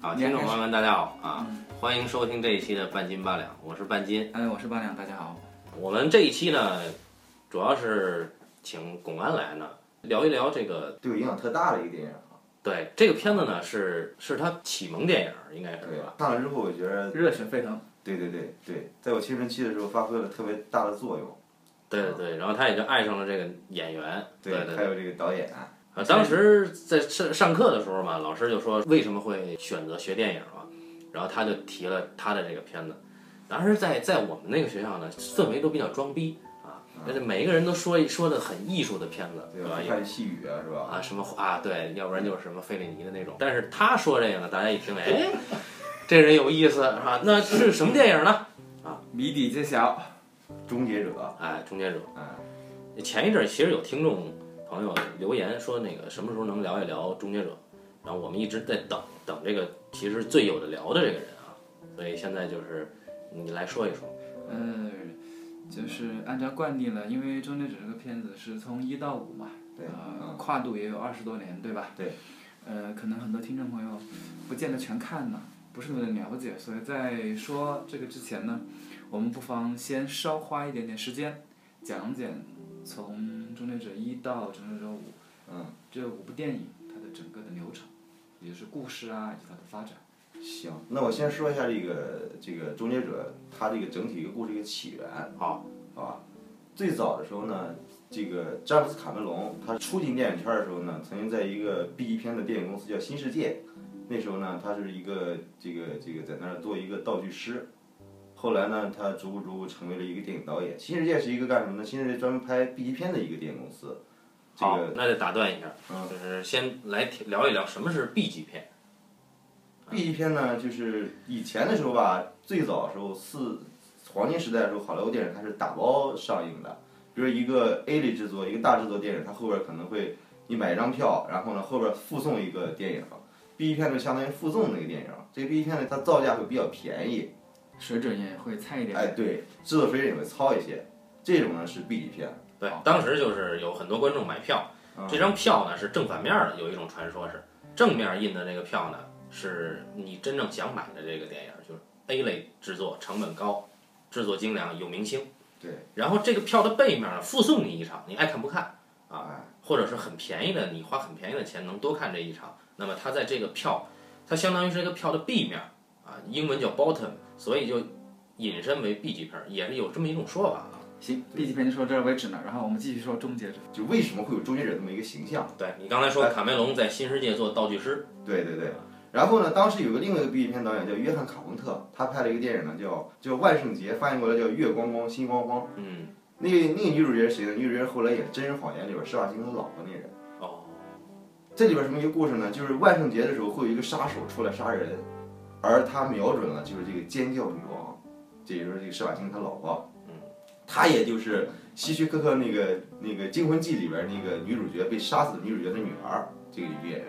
啊，你还听众嗯开朋友始们，大家好啊！嗯欢迎收听这一期的半斤八两，我是半斤。哎，我是八两，大家好。我们这一期呢，主要是请巩安来呢，聊一聊这个。对我影响特大的一个电影啊，对，这个片子呢是是他启蒙电影，应该是对哎吧？吧？上来之后，我觉得，热血沸腾，对对对对，在我青春期的时候发挥了特别大的作用。对对对，然后他也就爱上了这个演员。对对还有这个导演，啊，当时在上上课的时候嘛，老师就说为什么会选择学电影嘛，然后他就提了他的这个片子。当时在在我们那个学校呢，氛围都比较装逼啊，但是每一个人都说一说的很艺术的片子，对吧吧？？看细雨啊，是吧？啊，什么啊，对，要不然就是什么费里尼的那种。但是他说这个呢，大家一听，哎，这人有意思啊，那是什么电影呢？谜底揭晓。终结者，哎，《终结者》。哎，前一阵儿其实有听众朋友留言说，那个什么时候能聊一聊《终结者》，然后我们一直在等等这个其实最有的聊的这个人啊，所以现在就是你来说一说，呃，就是按照惯例呢，因为《终结者》这个片子是从一到五嘛，对，啊呃，嗯，跨度也有二十多年，对吧？对。呃，可能很多听众朋友不见得全看呢，不是那么的了解，所以在说这个之前呢，我们不妨先稍花一点点时间，讲讲从《终结者一》到《终结者五》，嗯，这五部电影它的整个的流程，也就是故事啊，以及它的发展。行，那我先说一下这个这个终结者，它这个整体一个故事一个起源。好，好吧。最早的时候呢，这个詹姆斯卡梅隆他初进电影圈的时候呢，曾经在一个 B 级片的电影公司叫新世界，那时候呢，他是一个这个这个在那儿做一个道具师。后来呢，他逐步逐步成为了一个电影导演。新世界是一个干什么呢？新世界专门拍 B 级片的一个电影公司。这好个，那就打断一下，嗯就是先来聊一聊什么是 B 级片， B 级片呢，就是以前的时候吧，最早的时候四黄金时代的时候，好莱坞电影它是打包上映的。比如一个 A 类制作，一个大制作电影，它后边可能会你买一张票，然后呢后边附送一个电影。B 级片就相当于附送那个电影，这个 B 级片呢它造价会比较便宜，水准也会菜一点。哎对，制作水准也会糙一些。这种呢是 B 级片，对好，当时就是有很多观众买票，嗯这张票呢是正反面的，有一种传说是正面印的这个票呢是你真正想买的这个电影，就是 A 类制作，成本高，制作精良，有明星。对，然后这个票的背面呢附送你一场，你爱看不看啊，哎，或者是很便宜的，你花很便宜的钱能多看这一场。那么它在这个票，它相当于是这个票的 B 面啊，英文叫 bottom，所以就引申为 B 级片儿，也是有这么一种说法啊。行，B 级片就说到这儿为止呢，然后我们继续说终结者。就为什么会有终结者这么一个形象？对你刚才哎说卡梅隆在新世界做道具师，对对对。然后呢，当时有个另外一个 B 级片导演叫约翰卡彭特，他拍了一个电影呢，叫叫万圣节，翻译过来叫月光光心慌慌。嗯，那个那个女主角是谁呢？女主角后来演《真人谎言》里边施瓦辛格老婆那人。哦，这里边什么一个故事呢？就是万圣节的时候会有一个杀手出来杀人，而他瞄准了就是这个尖叫女王，这也就是这个施瓦辛格他老婆。嗯，她也就是希区柯克那个那个《惊魂记》里边那个女主角被杀死的女主角的女儿，这个女演员。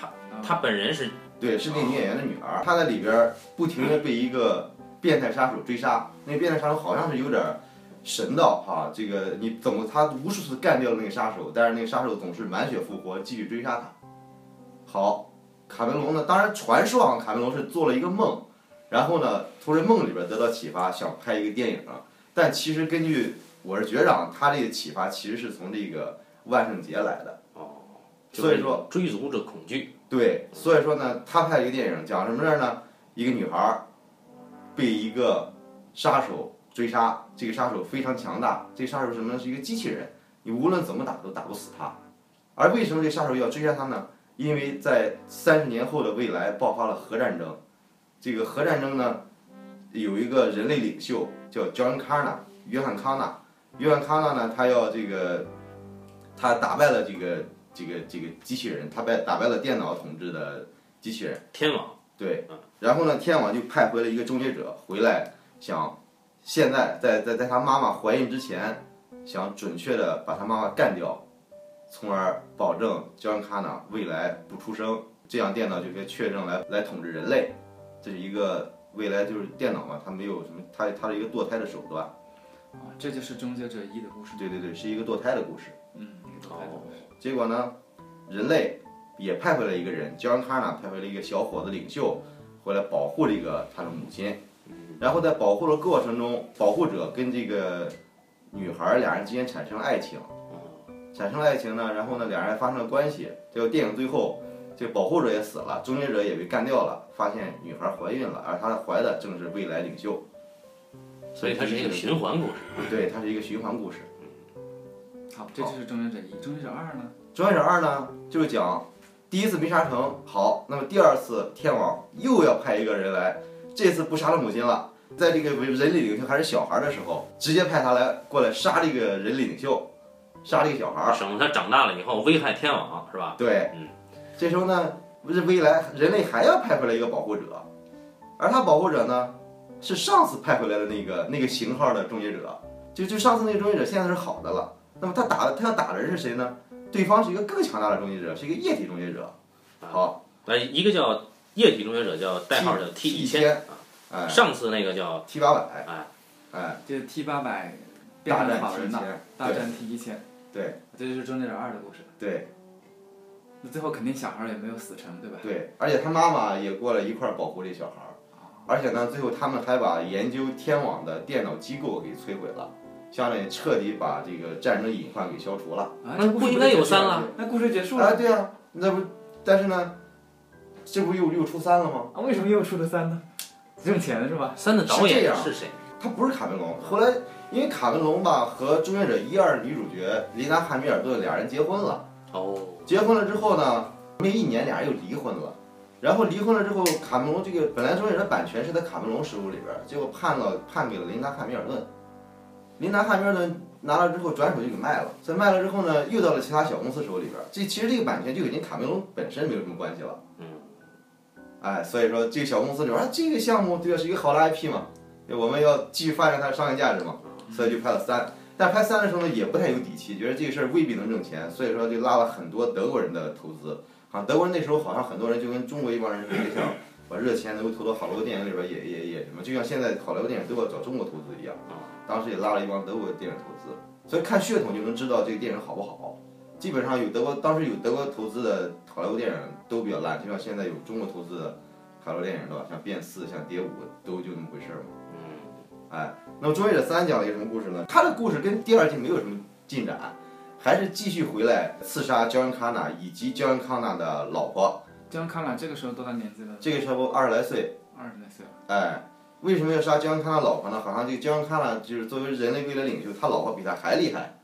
啊他本人是对，是那女演员的女儿，她在里边儿不停的被一个变态杀手追杀，那变态杀手好像是有点儿神道哈、这个你怎么他无数次干掉了那个杀手，但是那个杀手总是满血复活，继续追杀他。好，卡梅隆呢，当然传说啊，卡梅隆是做了一个梦，然后呢，从这梦里边得到启发，想拍一个电影，啊但其实根据我是学长，他这个启发其实是从这个万圣节来的，哦，所以说追逐着恐惧，对，所以说呢，他拍了一个电影，讲什么事儿呢？一个女孩儿被一个杀手追杀，这个杀手非常强大，这个杀手是什么呢？是一个机器人，你无论怎么打都打不死他。而为什么这杀手要追杀他呢？因为在三十年后的未来爆发了核战争，这个核战争呢，有一个人类领袖叫 John Connor，约翰康纳，约翰康纳呢，他要这个，他打败了这个这个这个机器人，他败打败了电脑统治的机器人，天网对嗯，然后呢，天网就派回了一个终结者回来，想现在在在在他妈妈怀孕之前，想准确的把他妈妈干掉，从而保证 John Connor 未来不出生，这样电脑就可以确证来来统治人类，这是一个未来就是电脑嘛，它没有什么，它它是一个堕胎的手段，啊，这就是终结者一的故事。对对对，是一个堕胎的故事。嗯，一哦个多拍的故事。结果呢，人类也派回来一个人，John Connor 派回来一个小伙子领袖，回来保护这个他的母亲。然后在保护的过程中，保护者跟这个女孩儿俩人之间产生了爱情，产生了爱情呢，然后呢，俩人发生了关系。这个电影最后，这个保护者也死了，终结者也被干掉了，发现女孩怀孕了，而她怀的正是未来领袖。所以它是一个循环故事。对，它是一个循环故事。好，这就是《终结者一》，《终结者二》呢？ 《终结者二》呢，就是讲第一次没杀成，好，那么第二次天网又要派一个人来，这次不杀他母亲了，在这个人类领袖还是小孩的时候，直接派他来过来杀这个人类领袖，杀这个小孩儿。省得他长大了以后危害天网，是吧？对，嗯这时候呢，不是未来人类还要派回来一个保护者，而他保护者呢，是上次派回来的那个那个型号的终结者，就就上次那个终结者现在是好的了，那么他打的他要打的人是谁呢？对方是一个更强大的终结者，是一个液体终结者。好，呃，一个叫液体终结者，叫代号叫 T 一 T 千啊，哎上次那个叫，T 八百，哎，哎，这 T 八百变大成了战好 T 一人了，千，大战 T 一千，对这就是《终结者二》的故事。对那最后肯定小孩儿也没有死成，对吧？对，而且他妈妈也过来一块儿保护这小孩儿，而且呢，最后他们还把研究天网的电脑机构给摧毁了，相当于彻底把这个战争隐患给消除了。啊，那这故事不应该有结束三了？那故事结束啊，了，对啊，那不，但是呢，这不又又出三了吗？啊，为什么又出了三呢？挣钱是吧？三的导是这演样是谁？他不是卡梅隆，后来因为卡梅隆吧和《终结者一二》女主角琳达·汉密尔顿俩人结婚了，哦，结婚了之后呢，没一年俩人又离婚了。然后离婚了之后，卡梅隆这个本来《终结者》的版权是在卡梅隆手里边儿，结果判了判给了琳达·汉密尔顿。琳达·汉密尔顿拿了之后，转手就给卖了。所以卖了之后呢，又到了其他小公司手里边儿。这其实这个版权就已经卡梅隆本身没有什么关系了。嗯，哎，所以说这个小公司里边儿，啊这个项目对吧是一个好的 IP 嘛，对我们要继续发展它的商业价值嘛，所以就拍了三。但拍三的时候呢，也不太有底气，觉得这个事儿未必能挣钱，所以说就拉了很多德国人的投资。好像德国人那时候好像很多人就跟中国一帮人说，就想把热钱能够投到好莱坞电影里边儿也，也也什么，就像现在好莱坞电影都要找中国投资一样。当时也拉了一帮德国电影投资，所以看血统就能知道这个电影好不好。基本上有德国，当时有德国投资的好莱坞电影都比较烂，就像现在有中国投资的好莱坞电影，对吧？像《变四》、像《谍五》都就那么回事儿嘛。嗯哎，那么《终结者三》讲了一个什么故事呢？它的故事跟第二季没有什么进展，还是继续回来刺杀 John Connor 以及 John Connor 的老婆。江康朗这个时候多大年纪了？这个时候二十来岁，二十来岁了。哎，为什么要杀姜康的老婆呢？好像这个姜康呢，就是作为人类未来领袖，他老婆比他还厉害，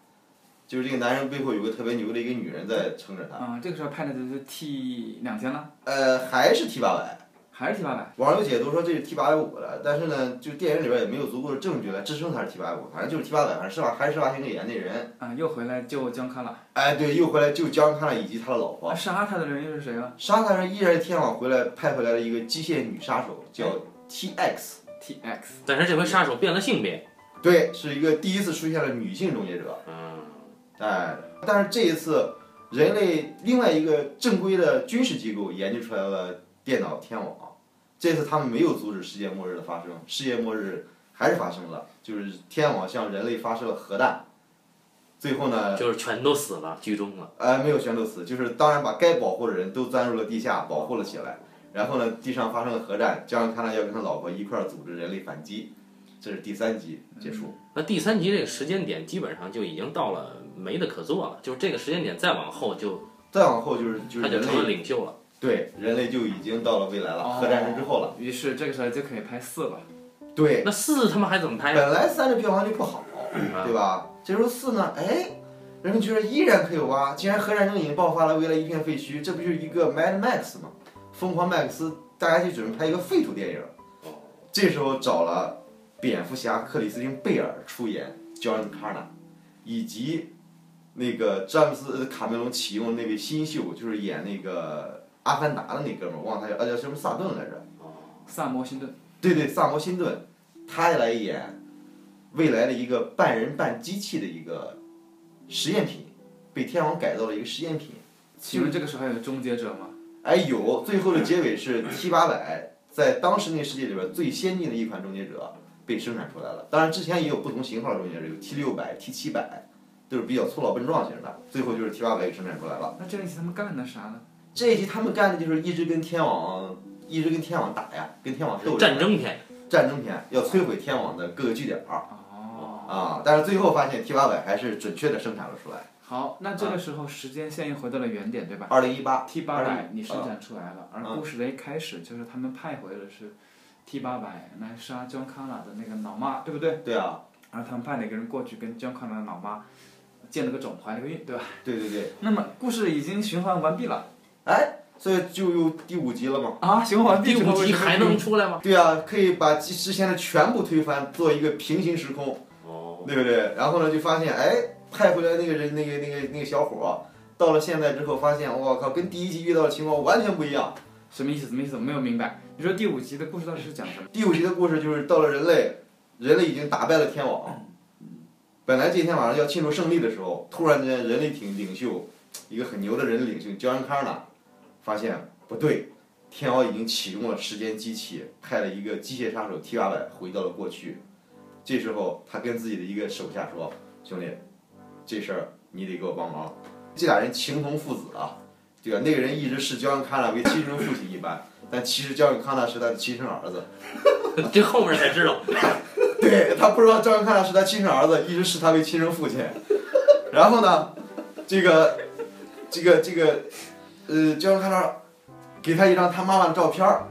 就是这个男人背后有个特别牛的一个女人在撑着他。嗯，这个时候拍的就是 T 两千了，呃，还是 T 八百，还是 T 八百？网友解读说这是 T 八百五的，但是呢，就电影里边也没有足够的证据来支撑他是 T 八百五，反正就是 T 八百，反正是吧，还是吧，星演那人。啊，又回来救江康朗。哎，对，又回来救姜康了以及他的老婆。啊杀他的人又是谁啊了杀他人依然是天网回来派回来了一个机械女杀手，叫 TX。 ？T X。但是这回杀手变了性别，对，是一个第一次出现了女性终结者。嗯，哎，但是这一次，人类另外一个正规的军事机构研究出来了电脑天网，这次他们没有阻止世界末日的发生，世界末日还是发生了，就是天网向人类发射了核弹，最后呢，就是全都死了，剧终了，呃，没有全都死，就是当然把该保护的人都钻入了地下，保护了起来。然后呢，地上发生了核战，加上康纳要跟他老婆一块儿组织人类反击，这是第三集结束。那第三集这个时间点基本上就已经到了没得可做了，就是这个时间点再往后就再往后就是就是他就人成了哦类领袖了，对人类就已经到了未来了，核战争之后哦了。。于是这个时候就可以拍四了。对，那四他妈还怎么拍呀？本来三的票房就不好，对吧？这时候四呢，哎，人们觉得依然可以挖，既然核战争已经爆发了，未来一片废墟，这不就是一个 Mad Max 吗？疯狂麦克斯，大家就准备拍一个废土电影。这时候找了蝙蝠侠克里斯汀贝尔出演 John Connor，以及那个詹姆斯呃卡梅隆启用那位新秀，就是演那个《阿凡达》的那哥们儿，忘了他叫啊叫什么萨顿来着。萨摩辛顿。对对，萨摩辛顿，他来演未来的一个半人半机器的一个实验品，被天王改造了一个实验品。请问这个时候还有终结者吗？哎，有最后的结尾是 T 八百在当时那个世界里边最先进的一款终结者被生产出来了。当然之前也有不同型号的终结者，有 T 六百、T 七百，都是比较粗老笨壮型的。最后就是 T 八百给生产出来了。那这一期他们干的啥呢？这一集他们干的就是一直跟天网，一直跟天网打呀，跟天网斗战争片，战争片，要摧毁天网的各个据点儿哦，啊！但是最后发现 T 八百还是准确的生产了出来。好，那这个时候时间线又回到了原点，对吧啊二零一嗯八？T 八百你生产出来了，而故事的一开始就是他们派回的是 T 八百来杀 John Connor 的那个老妈，对不对？对啊，然后他们派了一个人过去跟 John Connor 的老妈建了个种，怀了个孕，对吧？对对对，那么故事已经循环完毕了哎，所以就有第五集了嘛。啊，循环完毕第之五后为集什么还能出来吗？对啊，可以把之之前的全部推翻，做一个平行时空，哦，对不对？然后呢，就发现哎，派回来那个人，那个那个那个小伙儿，到了现在之后，发现我靠，跟第一集遇到的情况完全不一样。什么意思？什么意思？我没有明白。你说第五集的故事到底是讲什么？第五集的故事就是到了人类，人类已经打败了天网。嗯本来这天晚上要庆祝胜利的时候，突然间人类挺领袖，一个很牛的人类领袖 John Connor，发现不对，天网已经启用了时间机器，派了一个机械杀手 T 八百回到了过去。这时候他跟自己的一个手下说：“兄弟，这事儿你得给我帮忙。”这俩人情同父子啊，对吧？那个人一直视 John Connor 为亲生父亲一般，但其实 John Connor 是他的亲生儿子。 这后面才知道。 对他不知道赵元看是他亲生儿子，一直视他为亲生父亲。然后呢，这个，这个，这个，呃，赵元看到给他一张他妈妈的照片儿，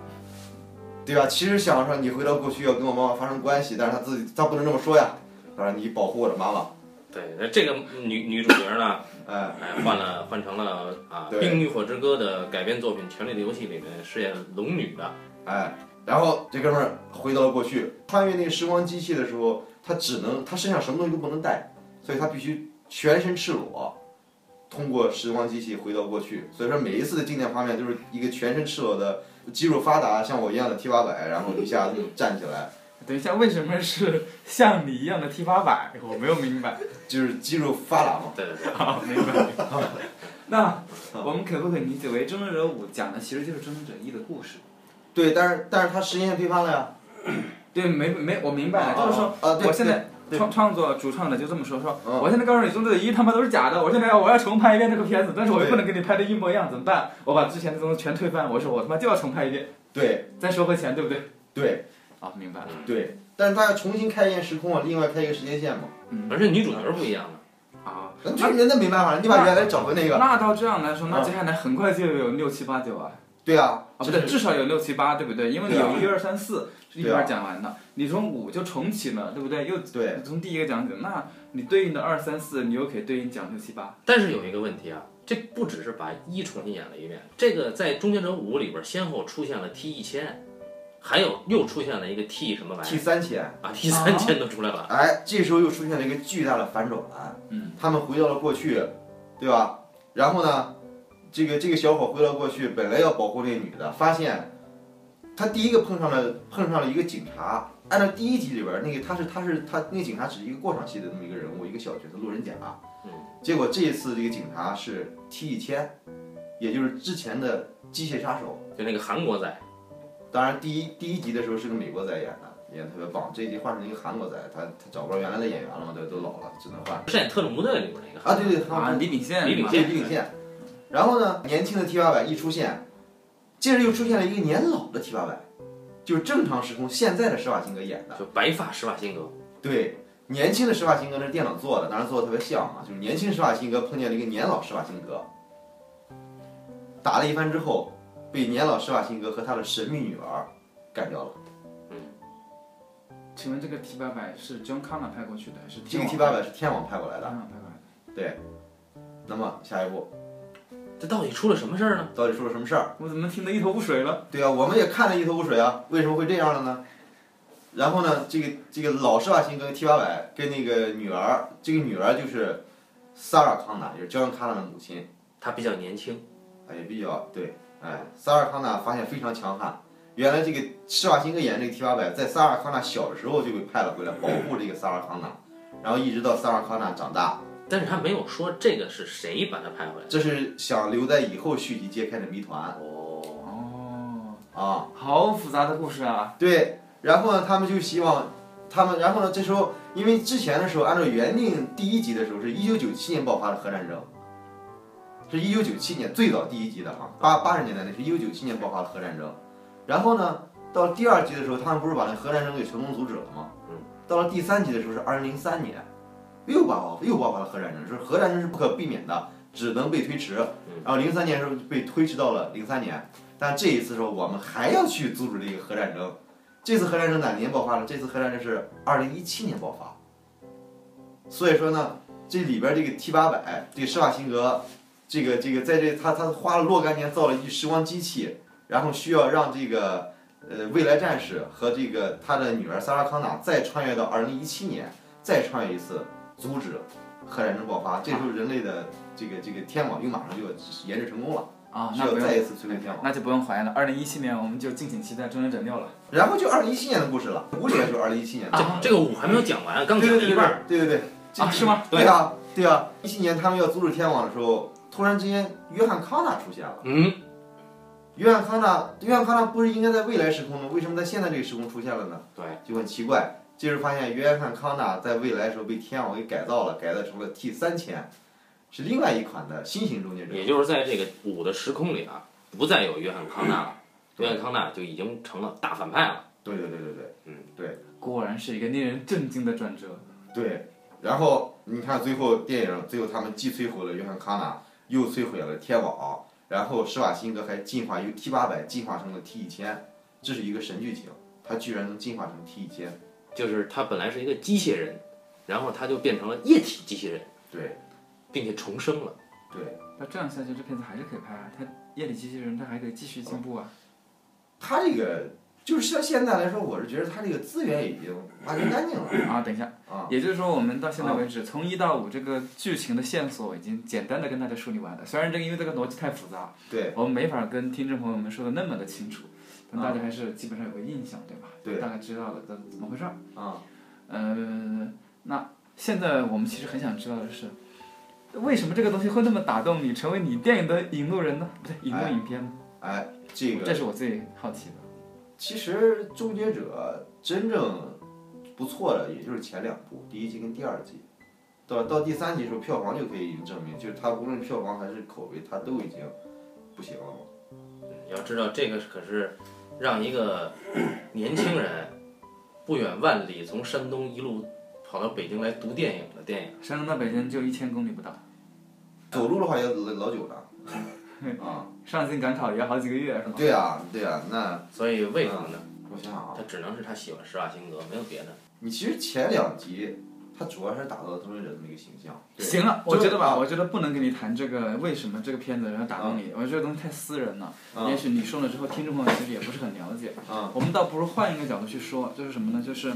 对吧？其实想说你回到过去要跟我妈妈发生关系，但是他自己他不能这么说呀。他说你保护我的妈妈，对，那这个女女主角呢，哎，哎，换了换成了啊，《对冰与火之歌》的改编作品《权力的游戏》里面饰演龙女的，哎，然后这哥们儿回到了过去，穿越那个时光机器的时候，他只能他身上什么东西都不能带，所以他必须全身赤裸，通过时光机器回到过去。所以说每一次的经典画面就是一个全身赤裸的肌肉发达像我一样的 T 八百，然后一下就站起来，等一下，为什么是像你一样的 T 八百？我没有明 白。就是肌肉发达嘛。对对对，好，明白。那我们可不可以理解为《争争者五》讲的其实就是《争争者一》的故事？对，但是但是他时间线推翻了呀。对，没没，我明白了，就是说，啊，对我现在对创创作主创的就这么说说，嗯我现在告诉你《争争者一》他妈都是假的，我现在要我要重拍一遍这个片子，但是我又对不能给你拍的一模一样，怎么办？我把之前的东西全推翻，我说我他妈就要重拍一遍，对再收回钱，对不对？对啊，明白了。对，但是他要重新开一遍时空啊，另外开一个时间线嘛。嗯而且女主角不一样的，啊，那那没办法，你把原来找回那个。那到这样来说，那嗯接下来很快就有六七八九啊，对啊，啊，不对，至少有六七八，对不对？因为你对有啊一二三四是一对啊块讲完的，你从五就重启了，对不对？又对。从第一个讲起，那你对应的二三四，你又可以对应讲六七八。但是有一个问题啊，这不只是把一重新演了一遍，这个在《终结者五》里边先后出现了 T 一千，还有又出现了一个 T 什么玩意 T 儿三千，啊，T 三千都出来了，哎，这时候又出现了一个巨大的反转，嗯，他们回到了过去，对吧？然后呢，这个这个小伙回到过去，本来要保护那女的，发现他第一个碰上了碰上了一个警察。按照第一集里边儿那个他是他是他那个警察只是一个过场戏的那么一个人物，一个小角色路人甲。啊嗯，结果这一次这个警察是 T 一千，也就是之前的机械杀手。就那个韩国仔，当然，第一第一集的时候是个美国仔演的，演得特别棒。这一集换成一个韩国仔，他他找不着原来的演员了嘛，都都老了，只能换。饰演特种部队里边那个啊，韩国对对，啊，他李秉宪嘛，李秉这宪李秉宪。然后呢，年轻的 T 八百一出现，接着又出现了一个年老的 T 八百，就是正常时空现在的施瓦辛格演的。就白发施瓦辛格，对，年轻的施瓦辛格那是电脑做的，当然做的特别像啊，就是年轻施瓦辛格碰见了一个年老施瓦辛格，打了一番之后，被年老施瓦辛格和他的神秘女儿干掉了。请问这个 T 八百是 John Connor 拍过去的，还是这个 T 天八网百是天网派过来的。啊天网拍过来的？那么下一步这到底出了什么事儿啊呢？到底出了什么事儿？我怎么听得一头雾水了？对啊，我们也看得一头雾水啊，为什么会这样了呢？然后呢，这个这个老施瓦辛格 T 八百跟那个女儿，这个女儿就是 Sarah 康纳，也是 John 康纳的母亲，他比较年轻，哎，也比较对，哎，Sarah 康纳发现非常强悍。原来这个施瓦辛格演这个 T 八百，在 Sarah 康纳小时候就被派了回来保护这个 Sarah 康纳，然后一直到 Sarah 康纳长大，但是他没有说这个是谁把他拍回来的。这是想留在以后续集揭开的谜团哦，哦，啊。好复杂的故事啊！对，然后呢，他们就希望，他们，然后呢，这时候，因为之前的时候，按照原定第一集的时候是1997年爆发的核战争，这是一九九七年最早第一集的啊，八八十年代那是一九九七年爆发的核战争，然后呢，到第二集的时候，他们不是把那核战争给成功阻止了吗？嗯，到了第三集的时候是二零零三年，又爆发又爆发了核战争，说核战争是不可避免的，只能被推迟。然后零三年的时候就被推迟到了零三年，但这一次时候我们还要去阻止这个核战争。这次核战争哪年爆发呢？这次核战争是二零一七年爆发。所以说呢，这里边这个 T 八百，这个施瓦辛格，这个这个在这他他花了若干年造了一时光机器，然后需要让这个呃未来战士和这个他的女儿萨拉康纳再穿越到二零一七年，再穿越一次，阻止核战争爆发。这时候人类的这个这个天网又马上就要研制成功了，啊，需那要不用再一次摧毁天网。那就不用怀念了。二零一七年我们就敬请期待《真人拯救》了。然后就二零一七年的故事了，五点就是二零一七年的。啊这这个五还没有讲完，刚对讲对了对一对半对儿。对对对，这啊，是吗？对对啊对啊，一七年他们要阻止天网的时候，突然之间约翰康纳出现了。嗯，约翰康纳，约翰康纳不是应该在未来时空吗？为什么在现在这个时空出现了呢？对，就很奇怪。这时候发现约翰康纳在未来的时候被天网给改造了，改造成了 T 三千，是另外一款的新型终结者。也就是在这个五的时空里啊，不再有约翰康纳了，对约翰康纳就已经成了大反派了。对对对对对果然是一个令人震惊的转折。对。然后你看最后电影，最后他们既摧毁了约翰康纳，又摧毁了天网，然后施瓦辛格还进化由 T 八百进化成了 T 一千，这是一个神剧情，他居然能进化成 T 一千。就是他本来是一个机械人，然后他就变成了液体机器人，对并且重生了。对。那这样下去，这片子还是可以拍啊。它夜里机器人，它还可以继续进步 啊。他这个就是像现在来说，我是觉得他这个资源已经完全干净了啊，等一下，啊。也就是说，我们到现在为止，从一到五这个剧情的线索已经简单的跟大家梳理完了。虽然这个因为这个逻辑太复杂，对啊我们没法跟听众朋友们说的那么的清楚，但大家还是基本上有个印象，对吧？对大概知道了怎怎么回事儿。啊，呃，那现在我们其实很想知道的是，为什么这个东西会那么打动你，成为你电影的引路人呢？不对，引路哎影片呢？哎，这这个是我最好奇的。其实《终结者》真正不错的，也就是前两部，第一季跟第二季，到到第三季的时候，票房就可以已经证明，就是它无论票房还是口碑，它都已经不行了嘛。你要知道，这个可是让一个年轻人不远万里从山东一路跑到北京来读电影的电影。山东到北京就一千公里不到，走路的话也老老久了。啊，上京赶考也要好几个月是吗？对啊，对啊，那所以为什么呢？我想想啊，他只能是他喜欢施瓦辛格，没有别的。你其实前两集，它主要是打造了终结者这么一个形象。行了，就我觉得吧，啊我觉得不能跟你谈这个为什么这个片子要打动你，我觉得这个东西太私人了。啊也许你说了之后，听众朋友其实也不是很了解。啊我们倒不如换一个角度去说，就是什么呢？就是，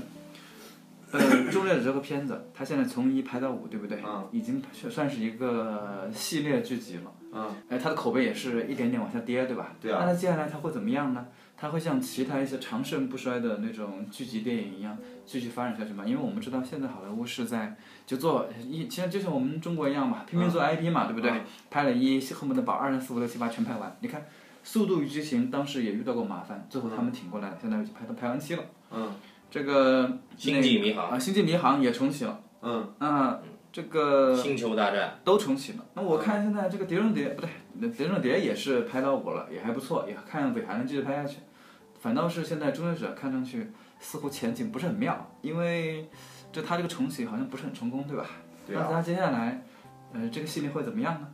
呃，《终结者》这个片子，它现在从一拍到五，对不对？嗯已经算是一个系列剧集了。啊，哎，它的口碑也是一点点往下跌，对吧？对啊那它接下来它会怎么样呢？它会像其他一些长盛不衰的那种剧集电影一样继续发展下去吗？因为我们知道现在好莱坞是在就做一，其实就像我们中国一样嘛，拼命嗯做 IP 嘛，对不对？拍了一，恨不得把二三四五六七八全拍完。你看《速度与激情》当时也遇到过麻烦，最后他们挺过来了，现在已经拍到排完期了。嗯这嗯个《星际迷航啊，《星际迷航》也重启了。嗯，那这个星球大战，都重启了。那我看现在这个《碟中谍》不对，《碟中谍》也是拍到五了，也还不错，也看尾还能继续拍下去。反倒是现在《终结者》看上去似乎前景不是很妙，因为这他这个重启好像不是很成功，对吧？对啊那他接下来，呃，这个系列会怎么样呢？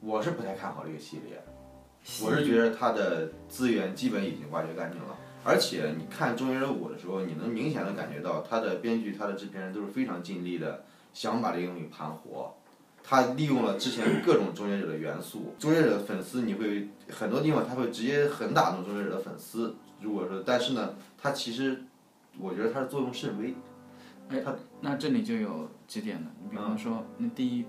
我是不太看好这个系列，我是觉得它的资源基本已经挖掘干净了，而且你看《终结者五》的时候，你能明显的感觉到它的编剧、它的制片人都是非常尽力的，想把这个东西盘活。他利用了之前各种终结者的元素，终结者的粉丝你会很多地方他会直接很打动终结者的粉丝。如果说，但是呢，他其实我觉得他是作用甚微。那这里就有几点了，你比方说，那第一，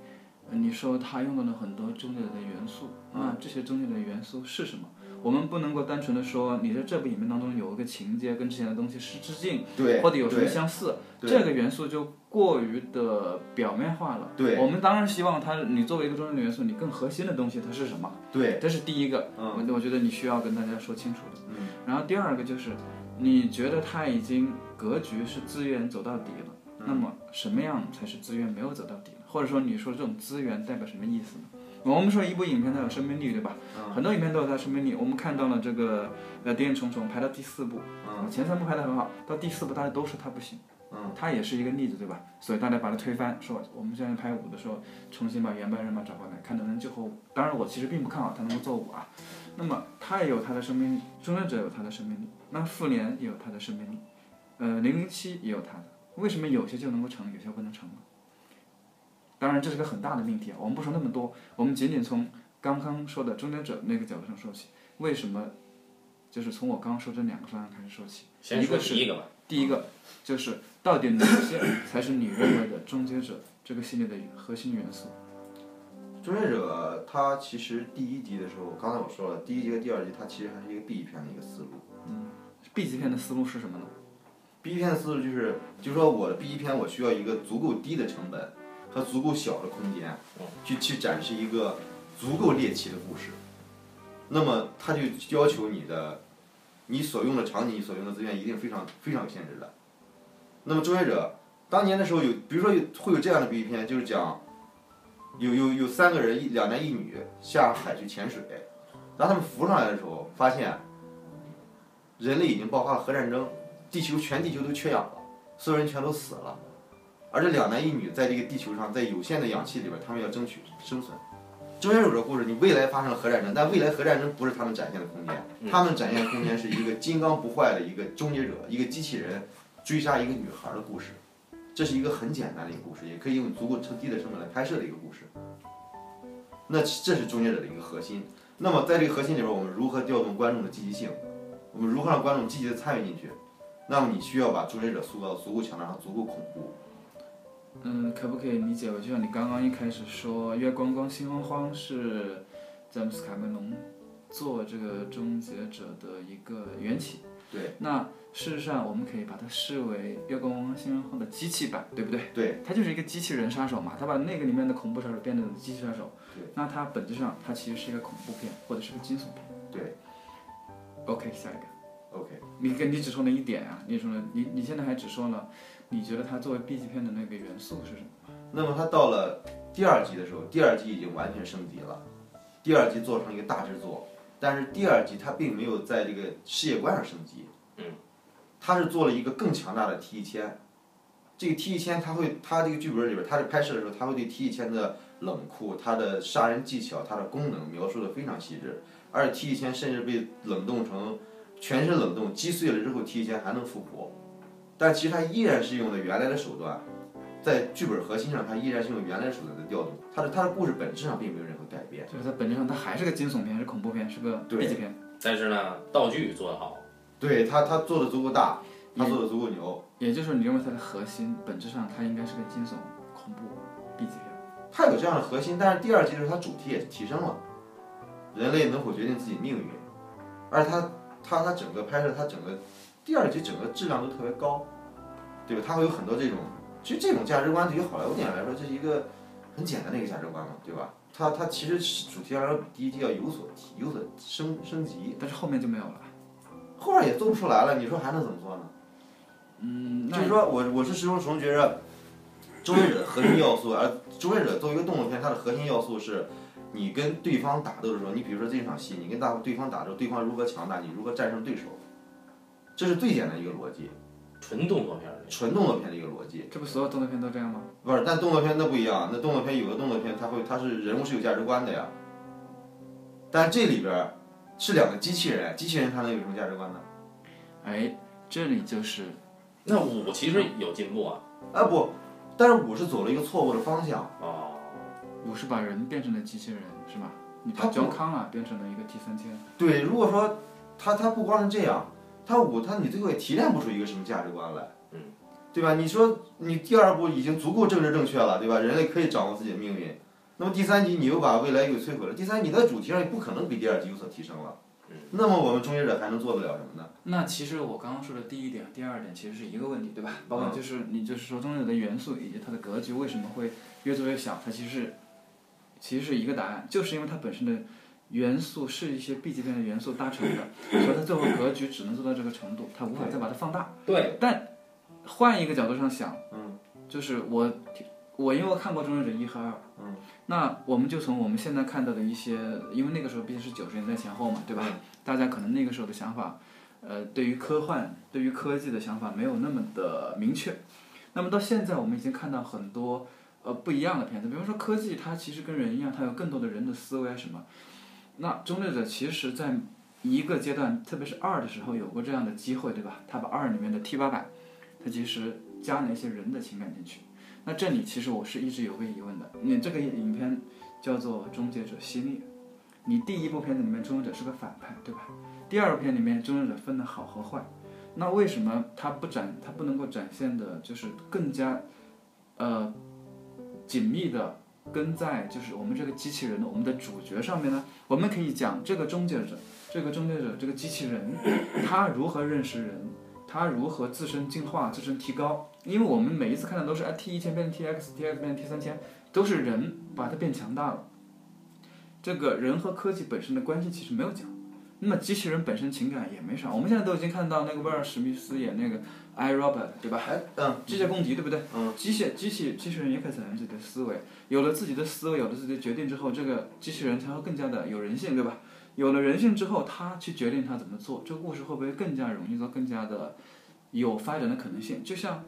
呃你说他用到了很多终结者的元素，那这些终结者的元素是什么？我们不能够单纯的说你在这部影片当中有一个情节跟之前的东西是致敬，对，或者有什么对相似，对这个元素就过于的表面化了。对我们当然希望它，你作为一个终结者元素，你更核心的东西它是什么？对，这是第一个，嗯我我觉得你需要跟大家说清楚的。嗯然后第二个就是，你觉得他已经格局是自愿走到底了，嗯那么什么样才是自愿没有走到底呢？或者说你说这种资源代表什么意思呢？我们说一部影片它有生命力，对吧？嗯很多影片都有它的生命力。我们看到了这个呃《谍影重重》排到第四部，啊嗯前三部拍得很好，到第四部大家都说它不行，嗯，它也是一个例子，对吧？所以大家把它推翻，说我们现在拍五的时候，重新把原班人马找回来，看能不能救活五。当然，我其实并不看好它能够做五啊。那么它也有它的生命力，终结者有它的生命力，那复联也有它的生命力，呃，零零七也有它的。为什么有些就能够成，有些不能成呢？当然，这是个很大的命题啊。我们不说那么多，我们仅仅从刚刚说的终结者那个角度上说起，为什么？就是从我刚刚说这两个方向开始说起。先一说个是第一个吧，第一个就是到底哪些才是你认为的终结者这个系列的核心元素？终结者它其实第一集的时候，刚才我说了，第一集和第二集它其实还是一个 B 片的一个思路。 B 级片的思路是什么呢？ B 片的思路就是，就是说我的 B 片我需要一个足够低的成本和足够小的空间嗯，去去展示一个足够猎奇的故事。那么它就要求你的，你所用的场景、你所用的资源一定非常非常有限制的。那么终结者当年的时候有，比如说有会有这样的 B 片，就是讲有有有三个人一两男一女下海去潜水，当他们浮上来的时候，发现人类已经爆发了核战争。地球全地球都缺氧了，所有人全都死了，而这两男一女在这个地球上，在有限的氧气里边，他们要争取生存。终结者的故事，你未来发生了核战争，但未来核战争不是他们展现的空间，他们展现的空间是一个金刚不坏的一个终结者，一个机器人追杀一个女孩的故事。这是一个很简单的一个故事，也可以用足够低的成本来拍摄的一个故事。那这是终结者的一个核心。那么在这个核心里边，我们如何调动观众的积极性？我们如何让观众积极的参与进去？那么你需要把终结者塑造得足够强大，和足够恐怖。嗯，可不可以理解为，就像你刚刚一开始说，《月光光心慌慌》是詹姆斯卡梅隆做这个终结者的一个缘起。对。那事实上，我们可以把它视为《月光光心慌慌》的机器版，对不对？对，他就是一个机器人杀手嘛，他把那个里面的恐怖杀手变成了机器杀手。对。那它本质上，它其实是一个恐怖片，或者是个惊悚片。对 OK，下一个。 ，OK，你跟你只说了一点啊，你只说了你你现在还只说了，你觉得它作为 B 级片的那个元素是什么？那么它到了第二集的时候，第二集已经完全升级了，第二集做成一个大制作，但是第二集它并没有在这个世界观上升级，嗯，它是做了一个更强大的 T 一千，这个 T 一千它会，它这个剧本里边，它在拍摄的时候，它会对 T 一千的冷酷、它的杀人技巧、它的功能描述的非常细致，而且 T 一千甚至被冷冻成全身冷冻，击碎了之后 T 一千还能复活，但其实它依然是用的原来的手段。在剧本核心上，它依然是用原来手段的调动，它的它的故事本质上并没有任何改变。就是它本质上它还是个惊悚片，是恐怖片，是个对 B 级片。但是呢，道具做得好，对它，它做的足够大，它做的足够牛，也就是说，你认为它的核心本质上它应该是个惊悚、恐怖 B 级片。它有这样的核心，但是第二季的时候，它主题也提升了，人类能否决定自己命运，而它它它整个拍摄，它整个第二集整个质量都特别高，对吧？它会有很多这种，其实这种价值观对于好莱坞电影来说，这是一个很简单的一个价值观嘛，对吧？它它其实是主题上要比第一季要有所提有所升升级，但是后面就没有了。后面也做不出来了，你说还能怎么做呢？嗯，那就是说我我是始终始终觉着，终结者的核心要素，而终结者作为一个动作片，它的核心要素是，你跟对方打斗的时候，你比如说这场戏，你跟大对方打斗，对方如何强大，你如何战胜对手，这是最简单的一个逻辑，纯动作片儿纯动作片的一个逻辑。这不所有动作片都这样吗？不是，但动作片那不一样，那动作片有的动作片它会它是人物是有价值观的呀，但这里边儿是两个机器人，机器人它能有什么价值观呢？哎，这里就是那五其实有进步啊，啊不，但是我是走了一个错误的方向。哦，我是把人变成了机器人，是吧？你把它不 John Connor 变成了一个 T 三千。对，如果说他他不光是这样，他五他你最后也提炼不出一个什么价值观来，嗯，对吧？你说你第二部已经足够政治正确了，对吧？人类可以掌握自己的命运，那么第三集你又把未来给摧毁了，第三集的主题上也不可能比第二集有所提升了，嗯那么我们终结者还能做得了什么呢？那其实我刚刚说的第一点、第二点其实是一个问题，对吧？包括嗯就是你就是说中有的元素以及它的格局为什么会越做越小，它其实是其实是一个答案，就是因为它本身的元素是一些 B 级片的元素搭成的，所以它最后格局只能做到这个程度，它无啊法再把它放大。对，换一个角度上想，嗯，就是我我因为我看过《中日人一》和二，嗯，那我们就从我们现在看到的一些，因为那个时候毕竟是九十年代前后嘛，对吧？大家可能那个时候的想法，呃，对于科幻、对于科技的想法没有那么的明确。那么到现在，我们已经看到很多呃不一样的片子，比方说科技，它其实跟人一样，它有更多的人的思维啊什么。那《中立者》其实在一个阶段，特别是二的时候，有过这样的机会，对吧？他把二里面的 T 八百，它其实加了一些人的情感进去。那这里其实我是一直有个疑问的，你这个影片叫做《终结者熄灭》，你第一部片子里面终结者是个反派，对吧？第二部片里面终结者分了好和坏，那为什么他不展他不能够展现的就是更加，呃，紧密的跟在就是我们这个机器人的我们的主角上面呢？我们可以讲这个终结者，这个终结者这个机器人，他如何认识人，他如何自身进化、自身提高。因为我们每一次看的都是啊 T 一千变成 T X T X 变成 T 三千，都是人把它变强大了。这个人和科技本身的关系其实没有讲，那么机器人本身情感也没啥。我们现在都已经看到那个威尔史密斯演那个 I Robot 对吧？哎，嗯，机械攻击对不对？嗯，机械机器机器人也开始有自己的思维，有了自己的思维，有了自己的决定之后，这个机器人才会更加的有人性，对吧？有了人性之后，他去决定他怎么做，这个故事会不会更加容易做，更加的有发展的可能性？就像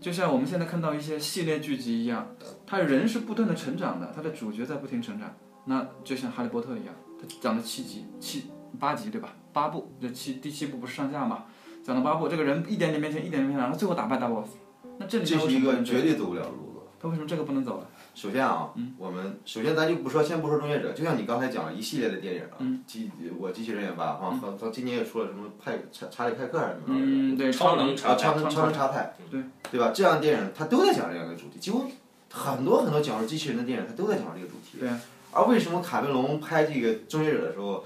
就像我们现在看到一些系列剧集一样，他人是不断的成长的，他的主角在不停成长。那就像哈利波特一样，他讲了七集七八集对吧？八部这七第七部不是上下嘛？讲了八部，这个人一点点变强，一点点变强，然后最后打败大 boss。那这里面这为是什一么不个能这样绝对走不了的路子。他为什么这个不能走了？首先啊，我们首先咱就不说，先不说《终结者》，就像你刚才讲了一系列的电影啊，机我机器人也罢，哈，到到今年也出了什么派查查理派克还是怎么着的嗯，对，超能啊，超能能超超能能查派，对嗯对吧？这样的电影它都在讲这样的主题，几乎很多很多讲述机器人的电影，它都在讲这个主题。对啊而为什么卡梅隆拍这个《终结者》的时候，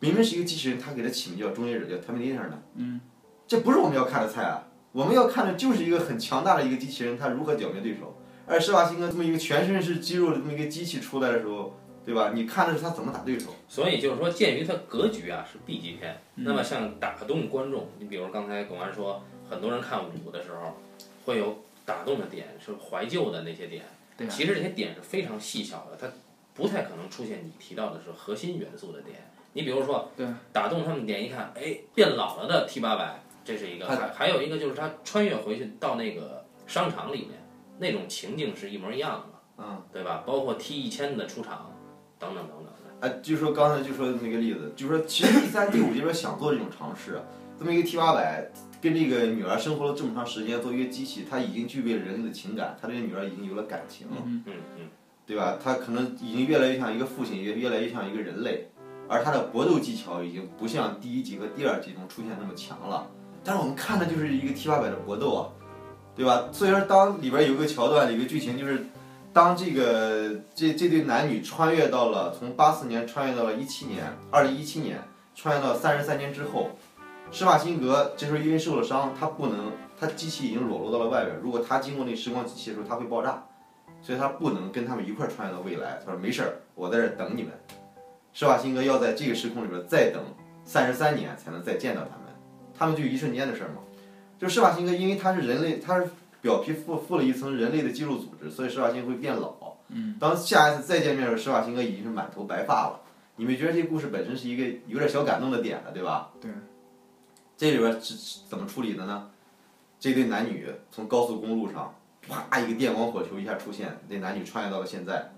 明明是一个机器人，他给它起名叫《终结者》，叫 Terminator 呢？嗯，这不是我们要看的菜啊！我们要看的就是一个很强大的一个机器人，它如何剿灭对手。而施瓦辛格这么一个全身是肌肉的这么一个机器出来的时候，对吧？你看的是他怎么打对手。所以就是说，鉴于它格局啊是 B 级片，嗯那么像打动观众，你比如刚才巩安说，很多人看五的时候会有打动的点，是怀旧的那些点。对啊其实这些点是非常细小的，它不太可能出现你提到的是核心元素的点。你比如说，对啊打动他们的点，一看，哎，变老了的 T 八百，这是一个；他还还有一个就是他穿越回去到那个商场里面，那种情境是一模一样的，啊嗯，对吧？包括 T 一千的出场，等等等等的。哎，就说刚才就说那个例子，就说其实第三、第五这边想做这种尝试，啊这么一个 T 八百跟这个女儿生活了这么长时间，作为一个机器，她已经具备了人类的情感，她对这个女儿已经有了感情，嗯嗯，对吧？她可能已经越来越像一个父亲，越越来越像一个人类，而她的搏斗技巧已经不像第一集和第二集中出现那么强了。但是我们看的就是一个 T 八百的搏斗啊，对吧？所以说，当里边有一个桥段，有一个剧情就是。当这个这这对男女穿越到了从八四年穿越到了一七年，二零一七年穿越到三十三年之后，施瓦辛格这时候因为受了伤，他不能，他机器已经裸露到了外边，如果他经过那时光机器的时候，他会爆炸，所以他不能跟他们一块儿穿越到未来。他说没事儿，我在这儿等你们。施瓦辛格要在这个时空里边再等三十三年才能再见到他们，他们就一瞬间的事儿嘛。就施瓦辛格，因为他是人类，他是表皮附附了一层人类的肌肉组织，所以施瓦辛格会变老。嗯，当下一次再见面的时候，施瓦辛格已经是满头白发了。你们觉得这故事本身是一个有点小感动的点了，对吧？对。这里边是是怎么处理的呢？这对男女从高速公路上，啪一个电光火球一下出现，那男女穿越到了现在，